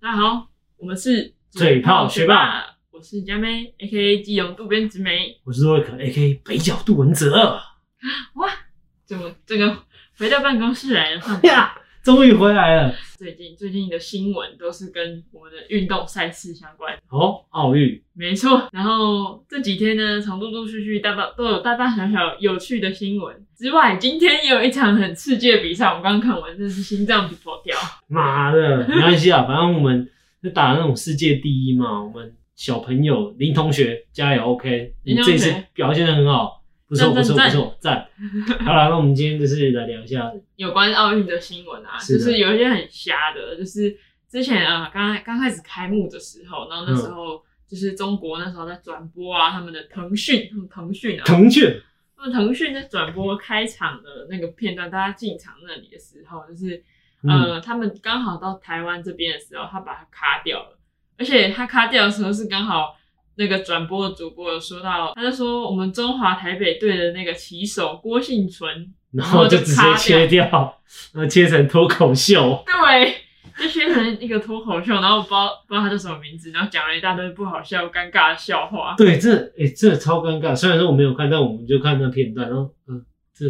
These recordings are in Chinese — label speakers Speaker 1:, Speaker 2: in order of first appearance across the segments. Speaker 1: 大家好，我们是
Speaker 2: 嘴炮学霸，
Speaker 1: 我是佳妹，A K A 基隆渡边直美。
Speaker 2: 我是瑞可 A K 北角杜文泽
Speaker 1: 怎么这个回到办公室来了？上班
Speaker 2: 呀，终于回来了。
Speaker 1: 最近最近的新闻都是跟我们的运动赛事相关，
Speaker 2: 哦，奥运
Speaker 1: 没错。然后这几天呢，从陆陆续续大大都有大大小小有趣的新闻之外，今天也有一场很刺激的比赛，我刚刚看完，真是心脏比跑跳。
Speaker 2: 妈的，没关系啊，反正我们就打那种世界第一嘛。我们小朋友林同学加油，OK，你
Speaker 1: 林同学
Speaker 2: 这次表现得很好，不错
Speaker 1: 赞
Speaker 2: 不错
Speaker 1: 赞
Speaker 2: 不错，赞。 好了，那我们今天就是来聊一下，
Speaker 1: 有关奥运的新闻啊，
Speaker 2: 是
Speaker 1: 就
Speaker 2: 的
Speaker 1: 是有一些很瞎的，就是之前啊，刚刚开始开幕的时候，然后那时
Speaker 2: 嗯
Speaker 1: 候、就是中国那时候在转播啊，他们的腾讯，他们腾讯啊，
Speaker 2: 腾讯
Speaker 1: 他们腾讯在转播开场的那个片段，大家进场那里的时候，就是、
Speaker 2: 嗯
Speaker 1: 呃，他们刚好到台湾这边的时候，他把它卡掉了，而且他卡掉的时候是刚好。那个转播的主播有说到，他就说我们中华台北队的那个旗手郭幸存
Speaker 2: 然后就直接切掉，然后切成脱口秀。
Speaker 1: 对，就宣成一个脱口秀，然后我不知道不知道他叫什么名字，然后讲了一大堆不好笑、尴尬的笑话。
Speaker 2: 对，这诶、这超尴尬。虽然说我没有看，但我们就看那片段，然后嗯，这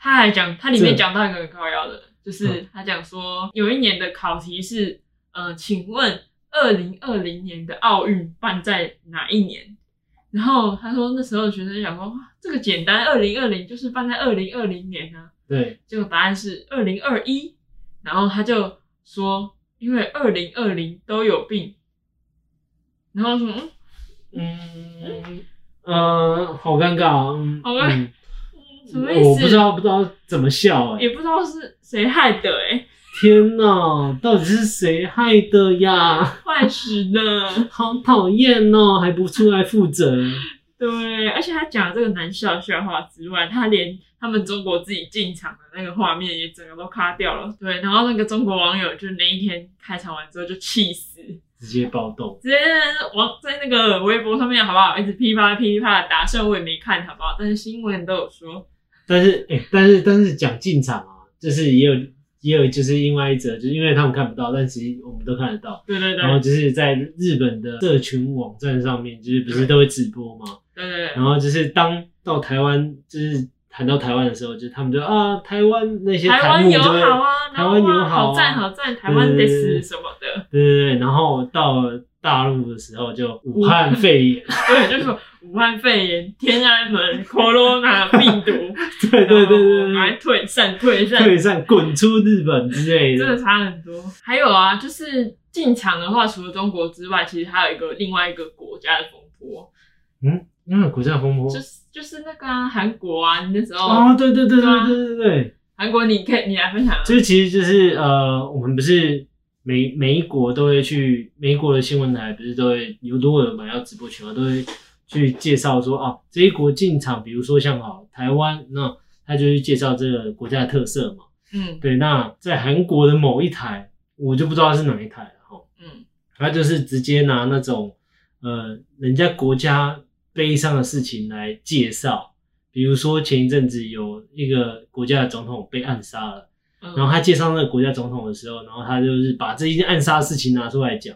Speaker 1: 他还讲，他里面
Speaker 2: 这
Speaker 1: 讲到一个很高腰的，就是他讲说有一年的考题是，呃，请问二零二零年的奥运办在哪一年？然后他说那时候学生想说，哇，这个简单，二零二零就是办在二零二零年啊。
Speaker 2: 对
Speaker 1: 结果答案是二零二一，然后他就说，因为二零二零都有病，然后说，嗯，
Speaker 2: 嗯，呃，好尴尬啊！嗯
Speaker 1: 好尴
Speaker 2: 嗯
Speaker 1: 什么意思？
Speaker 2: 我不知道，不知道怎么笑哎、
Speaker 1: 也不知道是谁害的、欸，
Speaker 2: 天哪，到底是谁害的呀？
Speaker 1: 坏死的。
Speaker 2: 好讨厌哦，还不出来负责？
Speaker 1: 对，而且他讲了这个难笑的笑话之外，他连他们中国自己进场的那个画面也整个都卡掉了。对，然后那个中国网友就那一天开场完之后就气死，
Speaker 2: 直接暴动，
Speaker 1: 直接往在那个微博上面好不好，一直噼啪噼啪的打，虽然我也没看好不好，但是新闻都有说，
Speaker 2: 但是哎、但是但是讲进场啊，就是也有也有就是另外一则，就是因为他们看不到，但其实我们都看得到。
Speaker 1: 对对对
Speaker 2: 然后就是在日本的社群网站上面，就是不是都会直播吗？
Speaker 1: 对对对
Speaker 2: 然后就是当到台湾，就是谈到台湾的时候，就他们就啊，台湾那些
Speaker 1: 台
Speaker 2: 弹
Speaker 1: 湾
Speaker 2: 幕
Speaker 1: 友
Speaker 2: 就会，
Speaker 1: 好啊，然
Speaker 2: 台
Speaker 1: 后
Speaker 2: 湾友
Speaker 1: 哇
Speaker 2: 好啊
Speaker 1: 好赞好赞，台湾
Speaker 2: 对对
Speaker 1: 得
Speaker 2: 对
Speaker 1: 死
Speaker 2: 对
Speaker 1: 什么的，
Speaker 2: 对对对，然后到了大陆的时候就武汉肺炎，
Speaker 1: 对，就是说武汉肺炎、天安门、corona 病毒，
Speaker 2: 对对对对
Speaker 1: 来
Speaker 2: 对，
Speaker 1: 退散退散，
Speaker 2: 退散滚出日本之类
Speaker 1: 真的
Speaker 2: 的，
Speaker 1: 差很多。还有啊，就是进场的话，除了中国之外，其实还有一个另外一个国家的风波，
Speaker 2: 哦那嗯个国家风波
Speaker 1: 就。是就是那个啊韩国啊，你那时候
Speaker 2: 哦，对对对
Speaker 1: 对啊
Speaker 2: 对对对对，
Speaker 1: 韩国，你可以你来分享啊，
Speaker 2: 这其实就是呃，我们不是每每一国都会去，每一国的新闻台不是都会有，如果有买到直播群，都会去介绍说啊，这一国进场，比如说像好台湾，那他就去介绍这个国家的特色嘛。
Speaker 1: 嗯
Speaker 2: 对，那在韩国的某一台，我就不知道是哪一台了哈。
Speaker 1: 嗯，
Speaker 2: 他就是直接拿那种呃人家国家悲伤的事情来介绍，比如说前一阵子有一个国家的总统被暗杀了，
Speaker 1: 嗯
Speaker 2: 然后他介绍那个国家总统的时候，然后他就是把这一件暗杀的事情拿出来讲，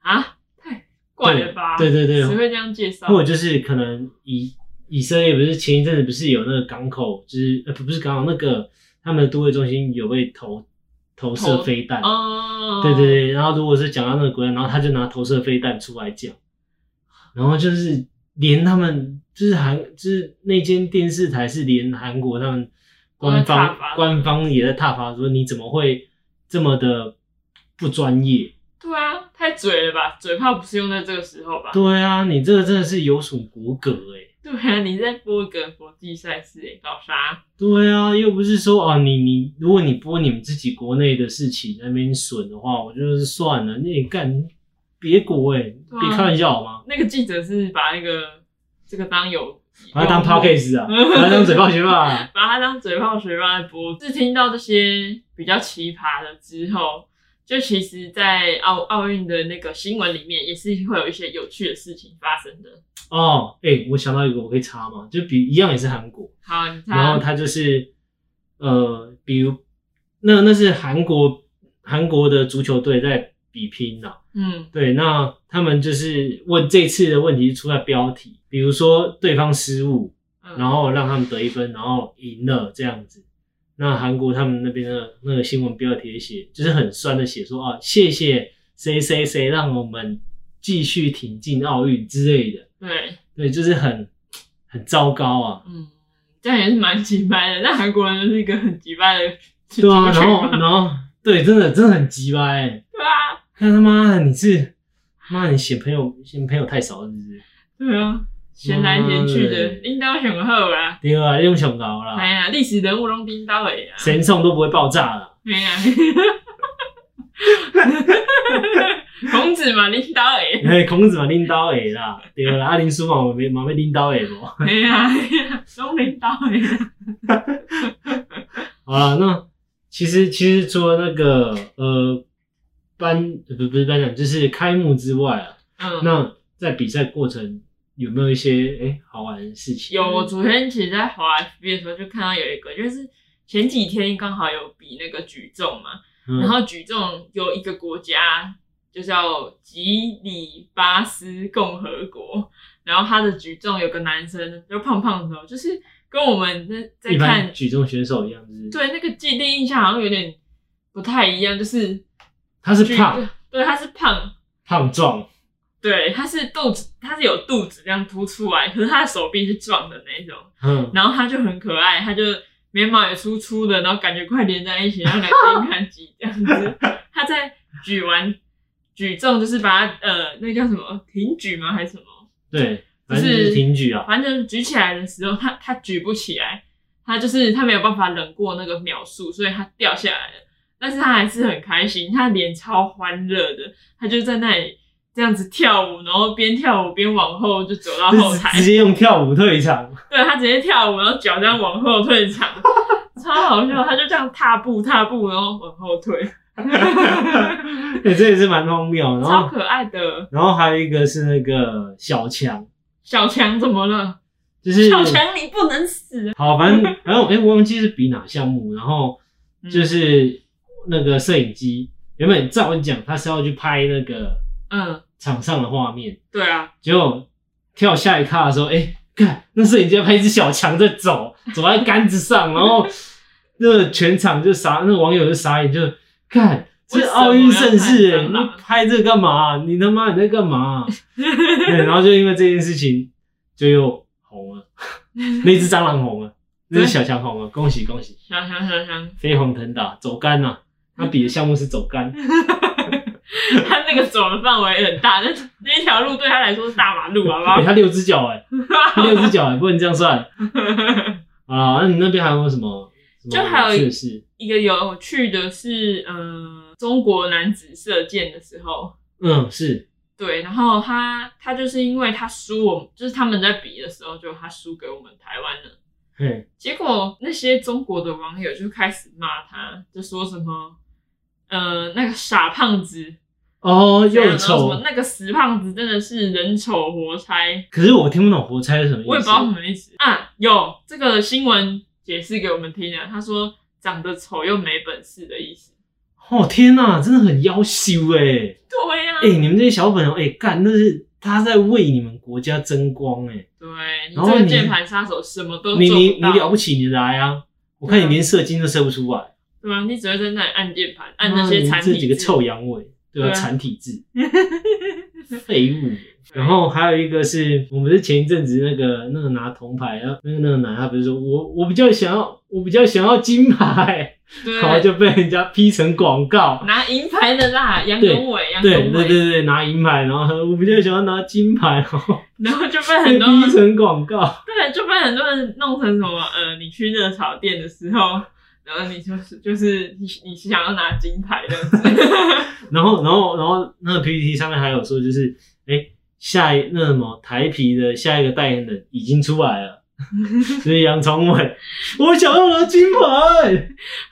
Speaker 1: 啊，太怪了吧？
Speaker 2: 对对对
Speaker 1: 谁会这样介绍？
Speaker 2: 或者就是可能以以色列不是前一阵子不是有那个港口，就是呃不不是港口那个他们的都会中心有被投投射
Speaker 1: 投
Speaker 2: 飞弹，
Speaker 1: 哦，
Speaker 2: 对对，对，然后如果是讲到那个国家，然后他就拿投射飞弹出来讲，然后就是连他们就是韩就是那间电视台是连韩国他们官
Speaker 1: 哦都在
Speaker 2: 方
Speaker 1: 挞伐
Speaker 2: 官方也在挞伐说你怎么会这么的不专业？
Speaker 1: 对啊，太嘴了吧？嘴炮不是用在这个时候吧？
Speaker 2: 对啊，你这个真的是有损国格哎、
Speaker 1: 对啊，你在播一个国际赛事诶，搞啥？
Speaker 2: 对啊，又不是说哦，你你如果你播你们自己国内的事情在那边损的话，我就是算了，那你干别国哎、
Speaker 1: 对啊
Speaker 2: 别开玩笑好吗？
Speaker 1: 那个记者是把那个这个当有，
Speaker 2: 把它当 podcast 啊，把它当嘴炮学霸、啊。
Speaker 1: 把它当嘴炮学霸来播。是听到这些比较奇葩的之后，就其实，在奥奥运的那个新闻里面，也是会有一些有趣的事情发生的。
Speaker 2: 哦，哎、我想到一个，我可以插吗？就比一样也是韩国，
Speaker 1: 好，你猜，
Speaker 2: 然后它就是呃，比如那那是韩国韩国的足球队在比拼呐、
Speaker 1: 嗯
Speaker 2: 对，那他们就是问这次的问题是出在标题，比如说对方失误，
Speaker 1: 嗯，
Speaker 2: 然后让他们得一分，然后赢了这样子。那韩国他们那边的那个新闻标题也写，就是很酸的写说啊，谢谢谁谁谁让我们继续挺进奥运之类的，
Speaker 1: 对，
Speaker 2: 对，就是很很糟糕啊。
Speaker 1: 嗯，这样也是蛮急掰的。那韩国人就是一个很急掰的群体，
Speaker 2: 对啊，然后然后对，真的真的很鸡巴哎、
Speaker 1: 对啊，
Speaker 2: 看他妈的你是，妈你嫌朋友嫌朋友太少是不是？
Speaker 1: 对啊，闲来闲去的，
Speaker 2: 妈的
Speaker 1: 应当选个后啦。
Speaker 2: 对啊，你用想搞啦。
Speaker 1: 哎呀，历史人物拢冰刀的呀，
Speaker 2: 神送都不会爆炸了。
Speaker 1: 哎 呀，孔子嘛，领导 诶，
Speaker 2: 嘿孔子嘛拎刀诶啦，对啦，啊林叔嘛嘛没嘛没拎刀诶无。
Speaker 1: 哎呀，哎呀，拢领导诶，
Speaker 2: 好啦，那其实其实除了那个呃颁呃不不是颁奖，就是开幕之外啊，
Speaker 1: 嗯，
Speaker 2: 那在比赛过程有没有一些诶好玩的事情？
Speaker 1: 有，我昨天其实在滑 FB 的时候就看到有一个，就是前几天刚好有比那个举重嘛，
Speaker 2: 嗯，
Speaker 1: 然后举重有一个国家就叫吉里巴斯共和国，然后他的举重有个男生就胖胖的哦，就是跟我们那在
Speaker 2: 一般
Speaker 1: 看
Speaker 2: 举重选手一样，就是
Speaker 1: 对那个既定印象好像有点不太一样，就是
Speaker 2: 他是
Speaker 1: 举
Speaker 2: 胖，
Speaker 1: 对，他是胖。
Speaker 2: 胖壮，
Speaker 1: 对，他是肚子，他是有肚子这样凸出来，可是他的手臂是壮的那一种，
Speaker 2: 嗯，
Speaker 1: 然后他就很可爱，他就眉毛也粗粗的，然后感觉快连在一起，然后两边看挤这样子。他在举完举重，就是把它呃，那叫什么挺举吗？还是什么？
Speaker 2: 对，反正就是挺举啊，
Speaker 1: 反正就是举起来的时候，他他举不起来，他就是他没有办法冷过那个秒数，所以他掉下来了。但是他还是很开心，他脸超欢乐的，他就在那里这样子跳舞，然后边跳舞边往后就走到后
Speaker 2: 就是
Speaker 1: 台
Speaker 2: 直，接用跳舞退场，
Speaker 1: 对他直接跳舞，然后脚这样往后退场，超好笑。他就这样踏步踏步，然后往后退，
Speaker 2: 对，这也是蛮荒谬。然
Speaker 1: 超
Speaker 2: 后
Speaker 1: 可爱的。
Speaker 2: 然后还有一个是那个小强，
Speaker 1: 小强怎么了？
Speaker 2: 就是
Speaker 1: 小强，你不能死。
Speaker 2: 好，反正反正哎、诶我忘记是比哪项目，然后
Speaker 1: 嗯
Speaker 2: 就是那个摄影机原本照我讲，他是要去拍那个
Speaker 1: 嗯，
Speaker 2: 场上的画面，
Speaker 1: 对啊，
Speaker 2: 结果跳下一卡的时候，哎、看那摄影机在拍一只小强在走，走在杆子上，然后那个全场就傻，那个网友就傻眼，就看。这奥运盛事、
Speaker 1: 为
Speaker 2: 欸，
Speaker 1: 什
Speaker 2: 你
Speaker 1: 么要
Speaker 2: 拍这个干嘛、你他妈你在 干嘛、对，然后就因为这件事情，就又红 了，那只蟑螂红了，那只小强红了，恭喜恭喜！
Speaker 1: 小强小强，
Speaker 2: 飞黄腾达，走杆呐、啊！他比的项目是走 杆，
Speaker 1: 他那个走的范围很大，那那一条路对他来说是大马路，好不
Speaker 2: 欸
Speaker 1: 好？
Speaker 2: 他六只脚哎，他六只脚哎，不能这样算啊！那你那边还有什么？什么
Speaker 1: 就还有
Speaker 2: 趣事？
Speaker 1: 一个有趣的是，嗯，中国男子射箭的时候，
Speaker 2: 嗯，是
Speaker 1: 对，然后他他就是因为他输我们，就是他们在比的时候，就他输给我们台湾了。
Speaker 2: 嘿，
Speaker 1: 结果那些中国的网友就开始骂他，就说什么，呃，那个傻胖子，
Speaker 2: 哦，又
Speaker 1: 然后什
Speaker 2: 丑
Speaker 1: 么，那个死胖子真的是人丑活该，
Speaker 2: 可是我听不懂活拆是什么意思。
Speaker 1: 我也不知道什么意思啊。有这个新闻解释给我们听啊，他说长得丑又没本事的意思。
Speaker 2: 哦天哪、真的很妖羞哎！
Speaker 1: 对呀、
Speaker 2: 哎、你们这些小粉红哎，干、那是他在为你们国家争光哎、
Speaker 1: 对你
Speaker 2: 然后
Speaker 1: 这个
Speaker 2: 你
Speaker 1: 键盘杀手什么都
Speaker 2: 你
Speaker 1: 做
Speaker 2: 你
Speaker 1: 不
Speaker 2: 你了
Speaker 1: 到，
Speaker 2: 不起，你来啊！我看你连射精都射不出来，
Speaker 1: 对啊，你只会在那里按键盘，按那些
Speaker 2: 妈
Speaker 1: 产
Speaker 2: 啊你这几
Speaker 1: 品
Speaker 2: 个
Speaker 1: 字
Speaker 2: 臭阳痿，对吧、
Speaker 1: 对啊
Speaker 2: 残体字， 废物。然后还有一个是我们是前一阵子那个那个拿铜牌，然后那个那个男他不是说我我比较想要我比较想要金牌，
Speaker 1: 对，
Speaker 2: 然后就被人家批成广告。
Speaker 1: 拿银牌的啦，杨
Speaker 2: 对
Speaker 1: 宗纬，杨宗
Speaker 2: 对对对
Speaker 1: 纬，
Speaker 2: 对，拿银牌，然后我比较想要拿金牌，然后
Speaker 1: 然后就被
Speaker 2: 被
Speaker 1: 很多
Speaker 2: 批成广告。
Speaker 1: 对，就被很多人弄成什么呃，你去热炒店的时候，然后你就是就是你你是想要拿金牌这样子，
Speaker 2: 然后，然后，然后那个 PPT 上面还有说，就是哎、诶下一那什么台皮的下一个代言人已经出来了， 就是杨宗纬，我想要拿金牌。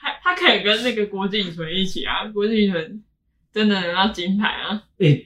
Speaker 1: 他他可以跟那个郭敬淳一起啊，郭敬淳真的拿到金牌啊，
Speaker 2: 哎、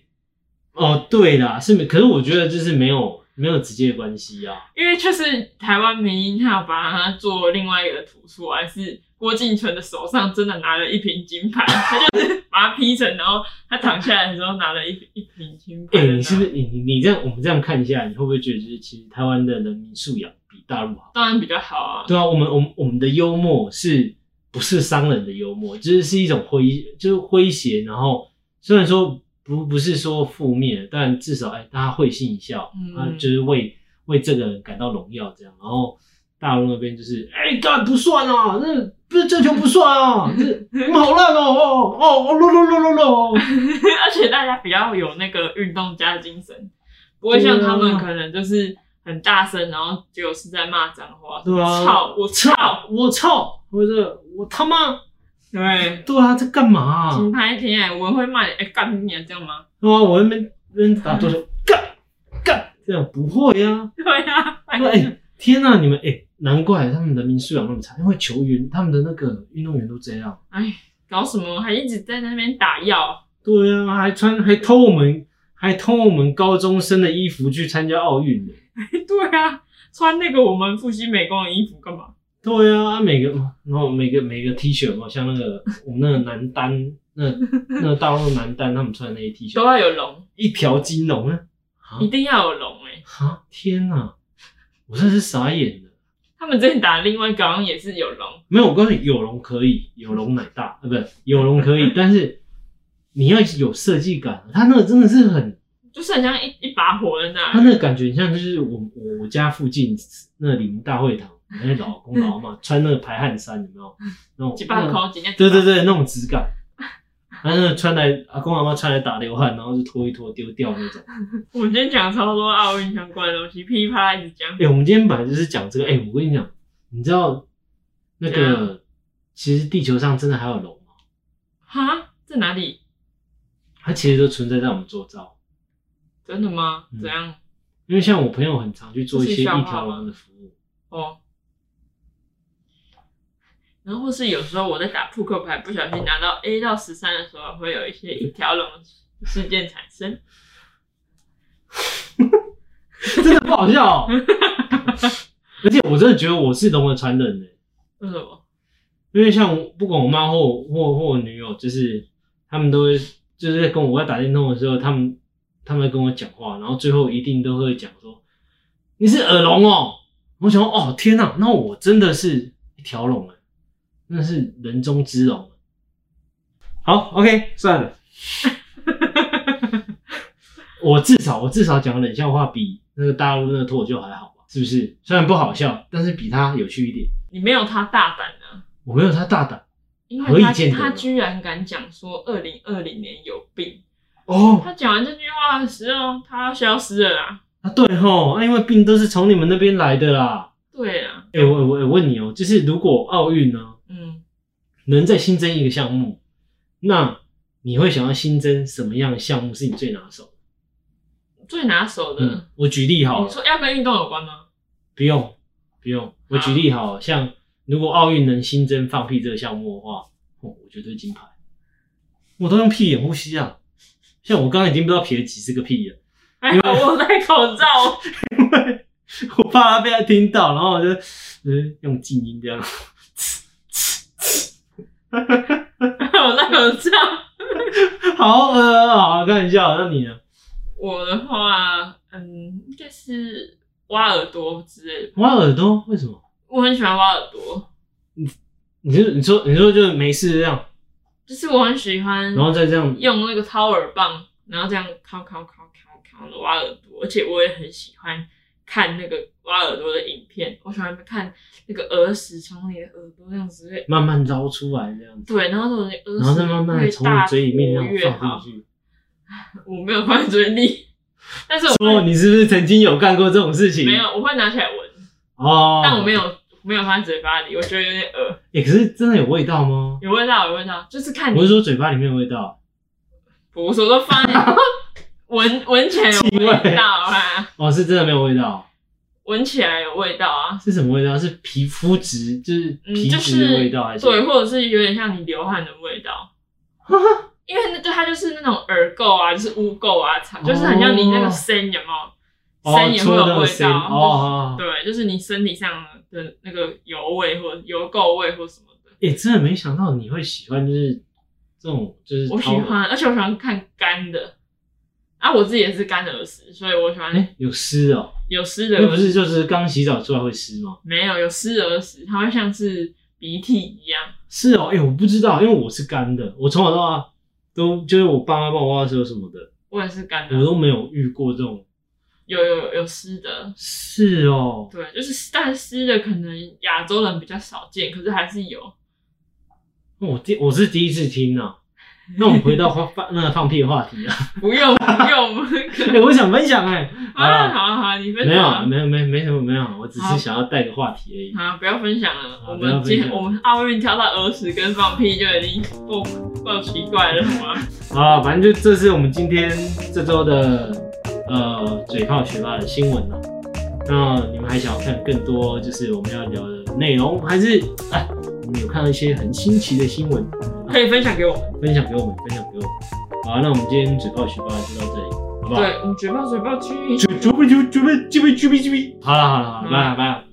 Speaker 2: 哦，对啦，是没，可是我觉得就是没有没有直接的关系啊。
Speaker 1: 因为就是台湾民音，他有把它做另外一个图出来，是郭敬淳的手上真的拿了一瓶金牌，他就是把它劈成，然后他躺下来的时候拿了一瓶一瓶金牌。
Speaker 2: 哎、你是不是你你你这样我们这样看一下，你会不会觉得就是其实台湾的人民素养比大陆好？
Speaker 1: 当然比较好啊。
Speaker 2: 对啊，我们我们我们的幽默是不是商人的幽默？就是是一种诙，就是诙谐，然后虽然说不不是说负面，但至少哎、大家会心一笑，
Speaker 1: 嗯
Speaker 2: 啊，就是为为这个人感到荣耀这样。然后大陆那边就是哎，干、不算啊，那不是这球不算啊，这你们好烂哦哦哦哦喽喽喽喽喽。
Speaker 1: 而且大家比较有那个运动家精神，不会像他
Speaker 2: 对
Speaker 1: 们
Speaker 2: 啊
Speaker 1: 可能就是很大声，然后结果是在骂脏话。
Speaker 2: 对啊，
Speaker 1: 操！我操！！
Speaker 2: 我操！或者我他妈！
Speaker 1: 对，
Speaker 2: 对啊，在干嘛啊、
Speaker 1: 请拍天哎，我会骂你，哎、干你娘这样吗？
Speaker 2: 对啊，我那边那边打桌球，干干，这样不会啊。
Speaker 1: 对呀、啊，
Speaker 2: 对，哎、天呐、你们哎、难怪他们人民素养那么差，因为球员他们的那个运动员都这样。
Speaker 1: 哎，搞什么？还一直在那边打药，
Speaker 2: 对啊，还穿还偷我们还偷我们高中生的衣服去参加奥运呢。
Speaker 1: 对啊，穿那个我们复兴美工的衣服干嘛？
Speaker 2: 对啊，啊每个然后每个每个 T 恤有没有像那个我们那个男单那那个大陆男单他们穿的那些 T
Speaker 1: 都
Speaker 2: 恤，
Speaker 1: 要有龙，
Speaker 2: 一条金龙啊！啊
Speaker 1: 一定要有龙哎、
Speaker 2: 啊！天呐，我真的是傻眼了。
Speaker 1: 他们之前打另外一个好像也是有龙，
Speaker 2: 没有，我告诉你，有容可以，有容乃 大，呃，不是有容可以，但是你要有设计感。啊它那个真的是很，
Speaker 1: 就是很像一一把火在那
Speaker 2: 它
Speaker 1: 里。
Speaker 2: 那个感觉很像就是我我我家附近那里大会堂，那老公老 妈穿那个排汗衫，有没有？那种
Speaker 1: 几把
Speaker 2: 那种
Speaker 1: 口，几
Speaker 2: 对对对，那种质感。然后那个穿来阿公阿妈穿来打流汗，然后就拖一拖丢掉那种。
Speaker 1: 我们今天讲超多啊奥运相关的东西，噼里啪啦一直讲
Speaker 2: 哎、。我们今天本来就是讲这个。哎、我跟你讲，你知道那
Speaker 1: 怎
Speaker 2: 个
Speaker 1: 样
Speaker 2: 其实地球上真的还有龙吗？
Speaker 1: 哈，在哪里？
Speaker 2: 它其实都存在在我们周遭。
Speaker 1: 真的吗？
Speaker 2: 嗯
Speaker 1: 怎样？
Speaker 2: 因为像我朋友很常去做一
Speaker 1: 这
Speaker 2: 些
Speaker 1: 是
Speaker 2: 一
Speaker 1: 笑话
Speaker 2: 条龙的服务，
Speaker 1: 哦。然后或是有时候我在打扑克牌，不小心拿到 A 到十三的时候，会有一些一条龙的事件产生。
Speaker 2: 真的不好笑、哦。 而且我真的觉得我是龙的传人呢，欸
Speaker 1: 为什么？
Speaker 2: 因为像不管我妈或我或或我女友，就是他们都会就是在跟我在打电动的时候，他们他们在跟我讲话，然后最后一定都会讲说你是耳聋哦。我想说哦天哪、那我真的是一条龙哎，那是人中之龙。好，OK，算了。 我至少我至少讲的冷笑话比那个大陆那个脱口秀还好吧？是不是？虽然不好笑，但是比他有趣一点。
Speaker 1: 你没有他大胆啊！
Speaker 2: 我没有他大胆
Speaker 1: 因
Speaker 2: 何
Speaker 1: 为
Speaker 2: 以
Speaker 1: 他
Speaker 2: 见得
Speaker 1: 他
Speaker 2: 呢
Speaker 1: 居然敢讲说二零二零年有病，
Speaker 2: 哦。
Speaker 1: 他讲完这句话的时候，他要消失了啦。
Speaker 2: 啊，对吼，啊，因为病都是从你们那边来的啦。
Speaker 1: 对啊，
Speaker 2: 哎、我我我问你哦、就是如果奥运呢
Speaker 1: 嗯，
Speaker 2: 能再新增一个项目，那你会想要新增什么样的项目是你最拿手的？
Speaker 1: 最拿手的，
Speaker 2: 嗯，我举例好
Speaker 1: 你
Speaker 2: 了，
Speaker 1: 说要跟运动有关吗？
Speaker 2: 不用不用，我举例好了，像如果奥运能新增放屁这个项目的话，哦，我绝对金牌。我都用屁眼呼吸啊，像我刚刚已经不知道撇了几十个屁了，
Speaker 1: 还好我有戴口罩，
Speaker 2: 我怕他被他听到，然后我就就是用静音这样。
Speaker 1: 还好我戴口罩。
Speaker 2: 好呃，好，开玩笑。那你呢？
Speaker 1: 我的话，嗯，应该是挖耳朵之类的。
Speaker 2: 挖耳朵？为什么？
Speaker 1: 我很喜欢挖耳朵，
Speaker 2: 你就你说你说就是没事这样，
Speaker 1: 就是我很喜欢
Speaker 2: 然后再这样，
Speaker 1: 用那个掏耳棒，然后这样掏掏掏掏掏的挖耳朵，而且我也很喜欢看那个挖耳朵的影片，我喜欢看那个耳屎从你的耳朵这样子会，
Speaker 2: 慢慢捞出来这样子，
Speaker 1: 对，然后那种耳
Speaker 2: 然后再慢慢地
Speaker 1: 屎
Speaker 2: 从
Speaker 1: 越
Speaker 2: 你
Speaker 1: 大
Speaker 2: 嘴里面
Speaker 1: 越
Speaker 2: 这样放
Speaker 1: 好，
Speaker 2: 进去。
Speaker 1: 我没有放在嘴里，但是我
Speaker 2: 哦，
Speaker 1: 会
Speaker 2: 你是不是曾经有干过这种事情？
Speaker 1: 没。有，我会拿起来闻，
Speaker 2: 哦，
Speaker 1: 但我没。有没有放在嘴巴里，我觉得有点恶，
Speaker 2: 哎、可是真的有味道吗？
Speaker 1: 有味道有味道，就是看你
Speaker 2: 我是说嘴巴里面有味道。
Speaker 1: 不是，我都放在闻闻起来有味道啊，
Speaker 2: 哦，是真的没有味道。
Speaker 1: 闻起来有味道啊，
Speaker 2: 是什么味道？是皮肤质，就是
Speaker 1: 嗯，
Speaker 2: 皮
Speaker 1: 就
Speaker 2: 质
Speaker 1: 是
Speaker 2: 的味道，还是
Speaker 1: 对，或者是有点像你流汗的味 道，因为那对它就是那种耳垢啊，就是污垢啊，草就是很像你那个
Speaker 2: 哦
Speaker 1: 身有没有？
Speaker 2: 哦，
Speaker 1: 生也会
Speaker 2: 出
Speaker 1: 有
Speaker 2: 那种
Speaker 1: 味
Speaker 2: 声音
Speaker 1: 道，
Speaker 2: 哦哦，哦
Speaker 1: 对，就是你身体上的那个油味或油垢味或什么的，
Speaker 2: 哎、真的没想到你会喜欢，就是这种，就是
Speaker 1: 我喜
Speaker 2: 掏。
Speaker 1: 欢，而且我喜欢看干的。啊，我自己也是干耳石，所以我喜
Speaker 2: 哎、
Speaker 1: 欢
Speaker 2: 有湿哦、
Speaker 1: 有湿的
Speaker 2: 那不
Speaker 1: 耳石，
Speaker 2: 是就是刚洗澡出来会湿吗？
Speaker 1: 没有有湿耳石，它会像是鼻涕一样。
Speaker 2: 是哦、哎、我不知道，因为我是干的，我从小到大都就是我爸妈帮我挖车什么的，
Speaker 1: 我也是干的，
Speaker 2: 我都没有遇过这种。
Speaker 1: 有有有湿的，
Speaker 2: 是哦、
Speaker 1: 对，就是但湿的可能亚洲人比较少见，可是还是有。
Speaker 2: 我第我是第一次 听啊。那我们回到放放那个放屁的话题啊，
Speaker 1: 不用不用， 不可
Speaker 2: 哎、我想分享哎、好
Speaker 1: 啊，
Speaker 2: 啦
Speaker 1: 好啊好啊，你分
Speaker 2: 没
Speaker 1: 享
Speaker 2: 有
Speaker 1: 啊
Speaker 2: 啊，没有没没什么没有啊，我只
Speaker 1: 好
Speaker 2: 是想要带个话题而已。
Speaker 1: 啊，不要分享了。
Speaker 2: 啊
Speaker 1: 我
Speaker 2: 不要
Speaker 1: 们
Speaker 2: 分
Speaker 1: 今
Speaker 2: 享
Speaker 1: 天我们奥运跳到耳屎跟放屁就已经够够奇怪了，好吗？
Speaker 2: 好，反正就这是我们今天这周的呃嘴炮学霸的新闻了。那你们还想要看更多就是我们要聊的内容，还是哎你们有看到一些很新奇的新闻，
Speaker 1: 可以分享给我们。
Speaker 2: 分享给我们，分享给我们。好，那我们今天嘴炮学霸就到这里，好不好？
Speaker 1: 对，我们举报举报区域。
Speaker 2: 准，准备准备准备准备准备准备。好了好了好了，拜拜拜拜。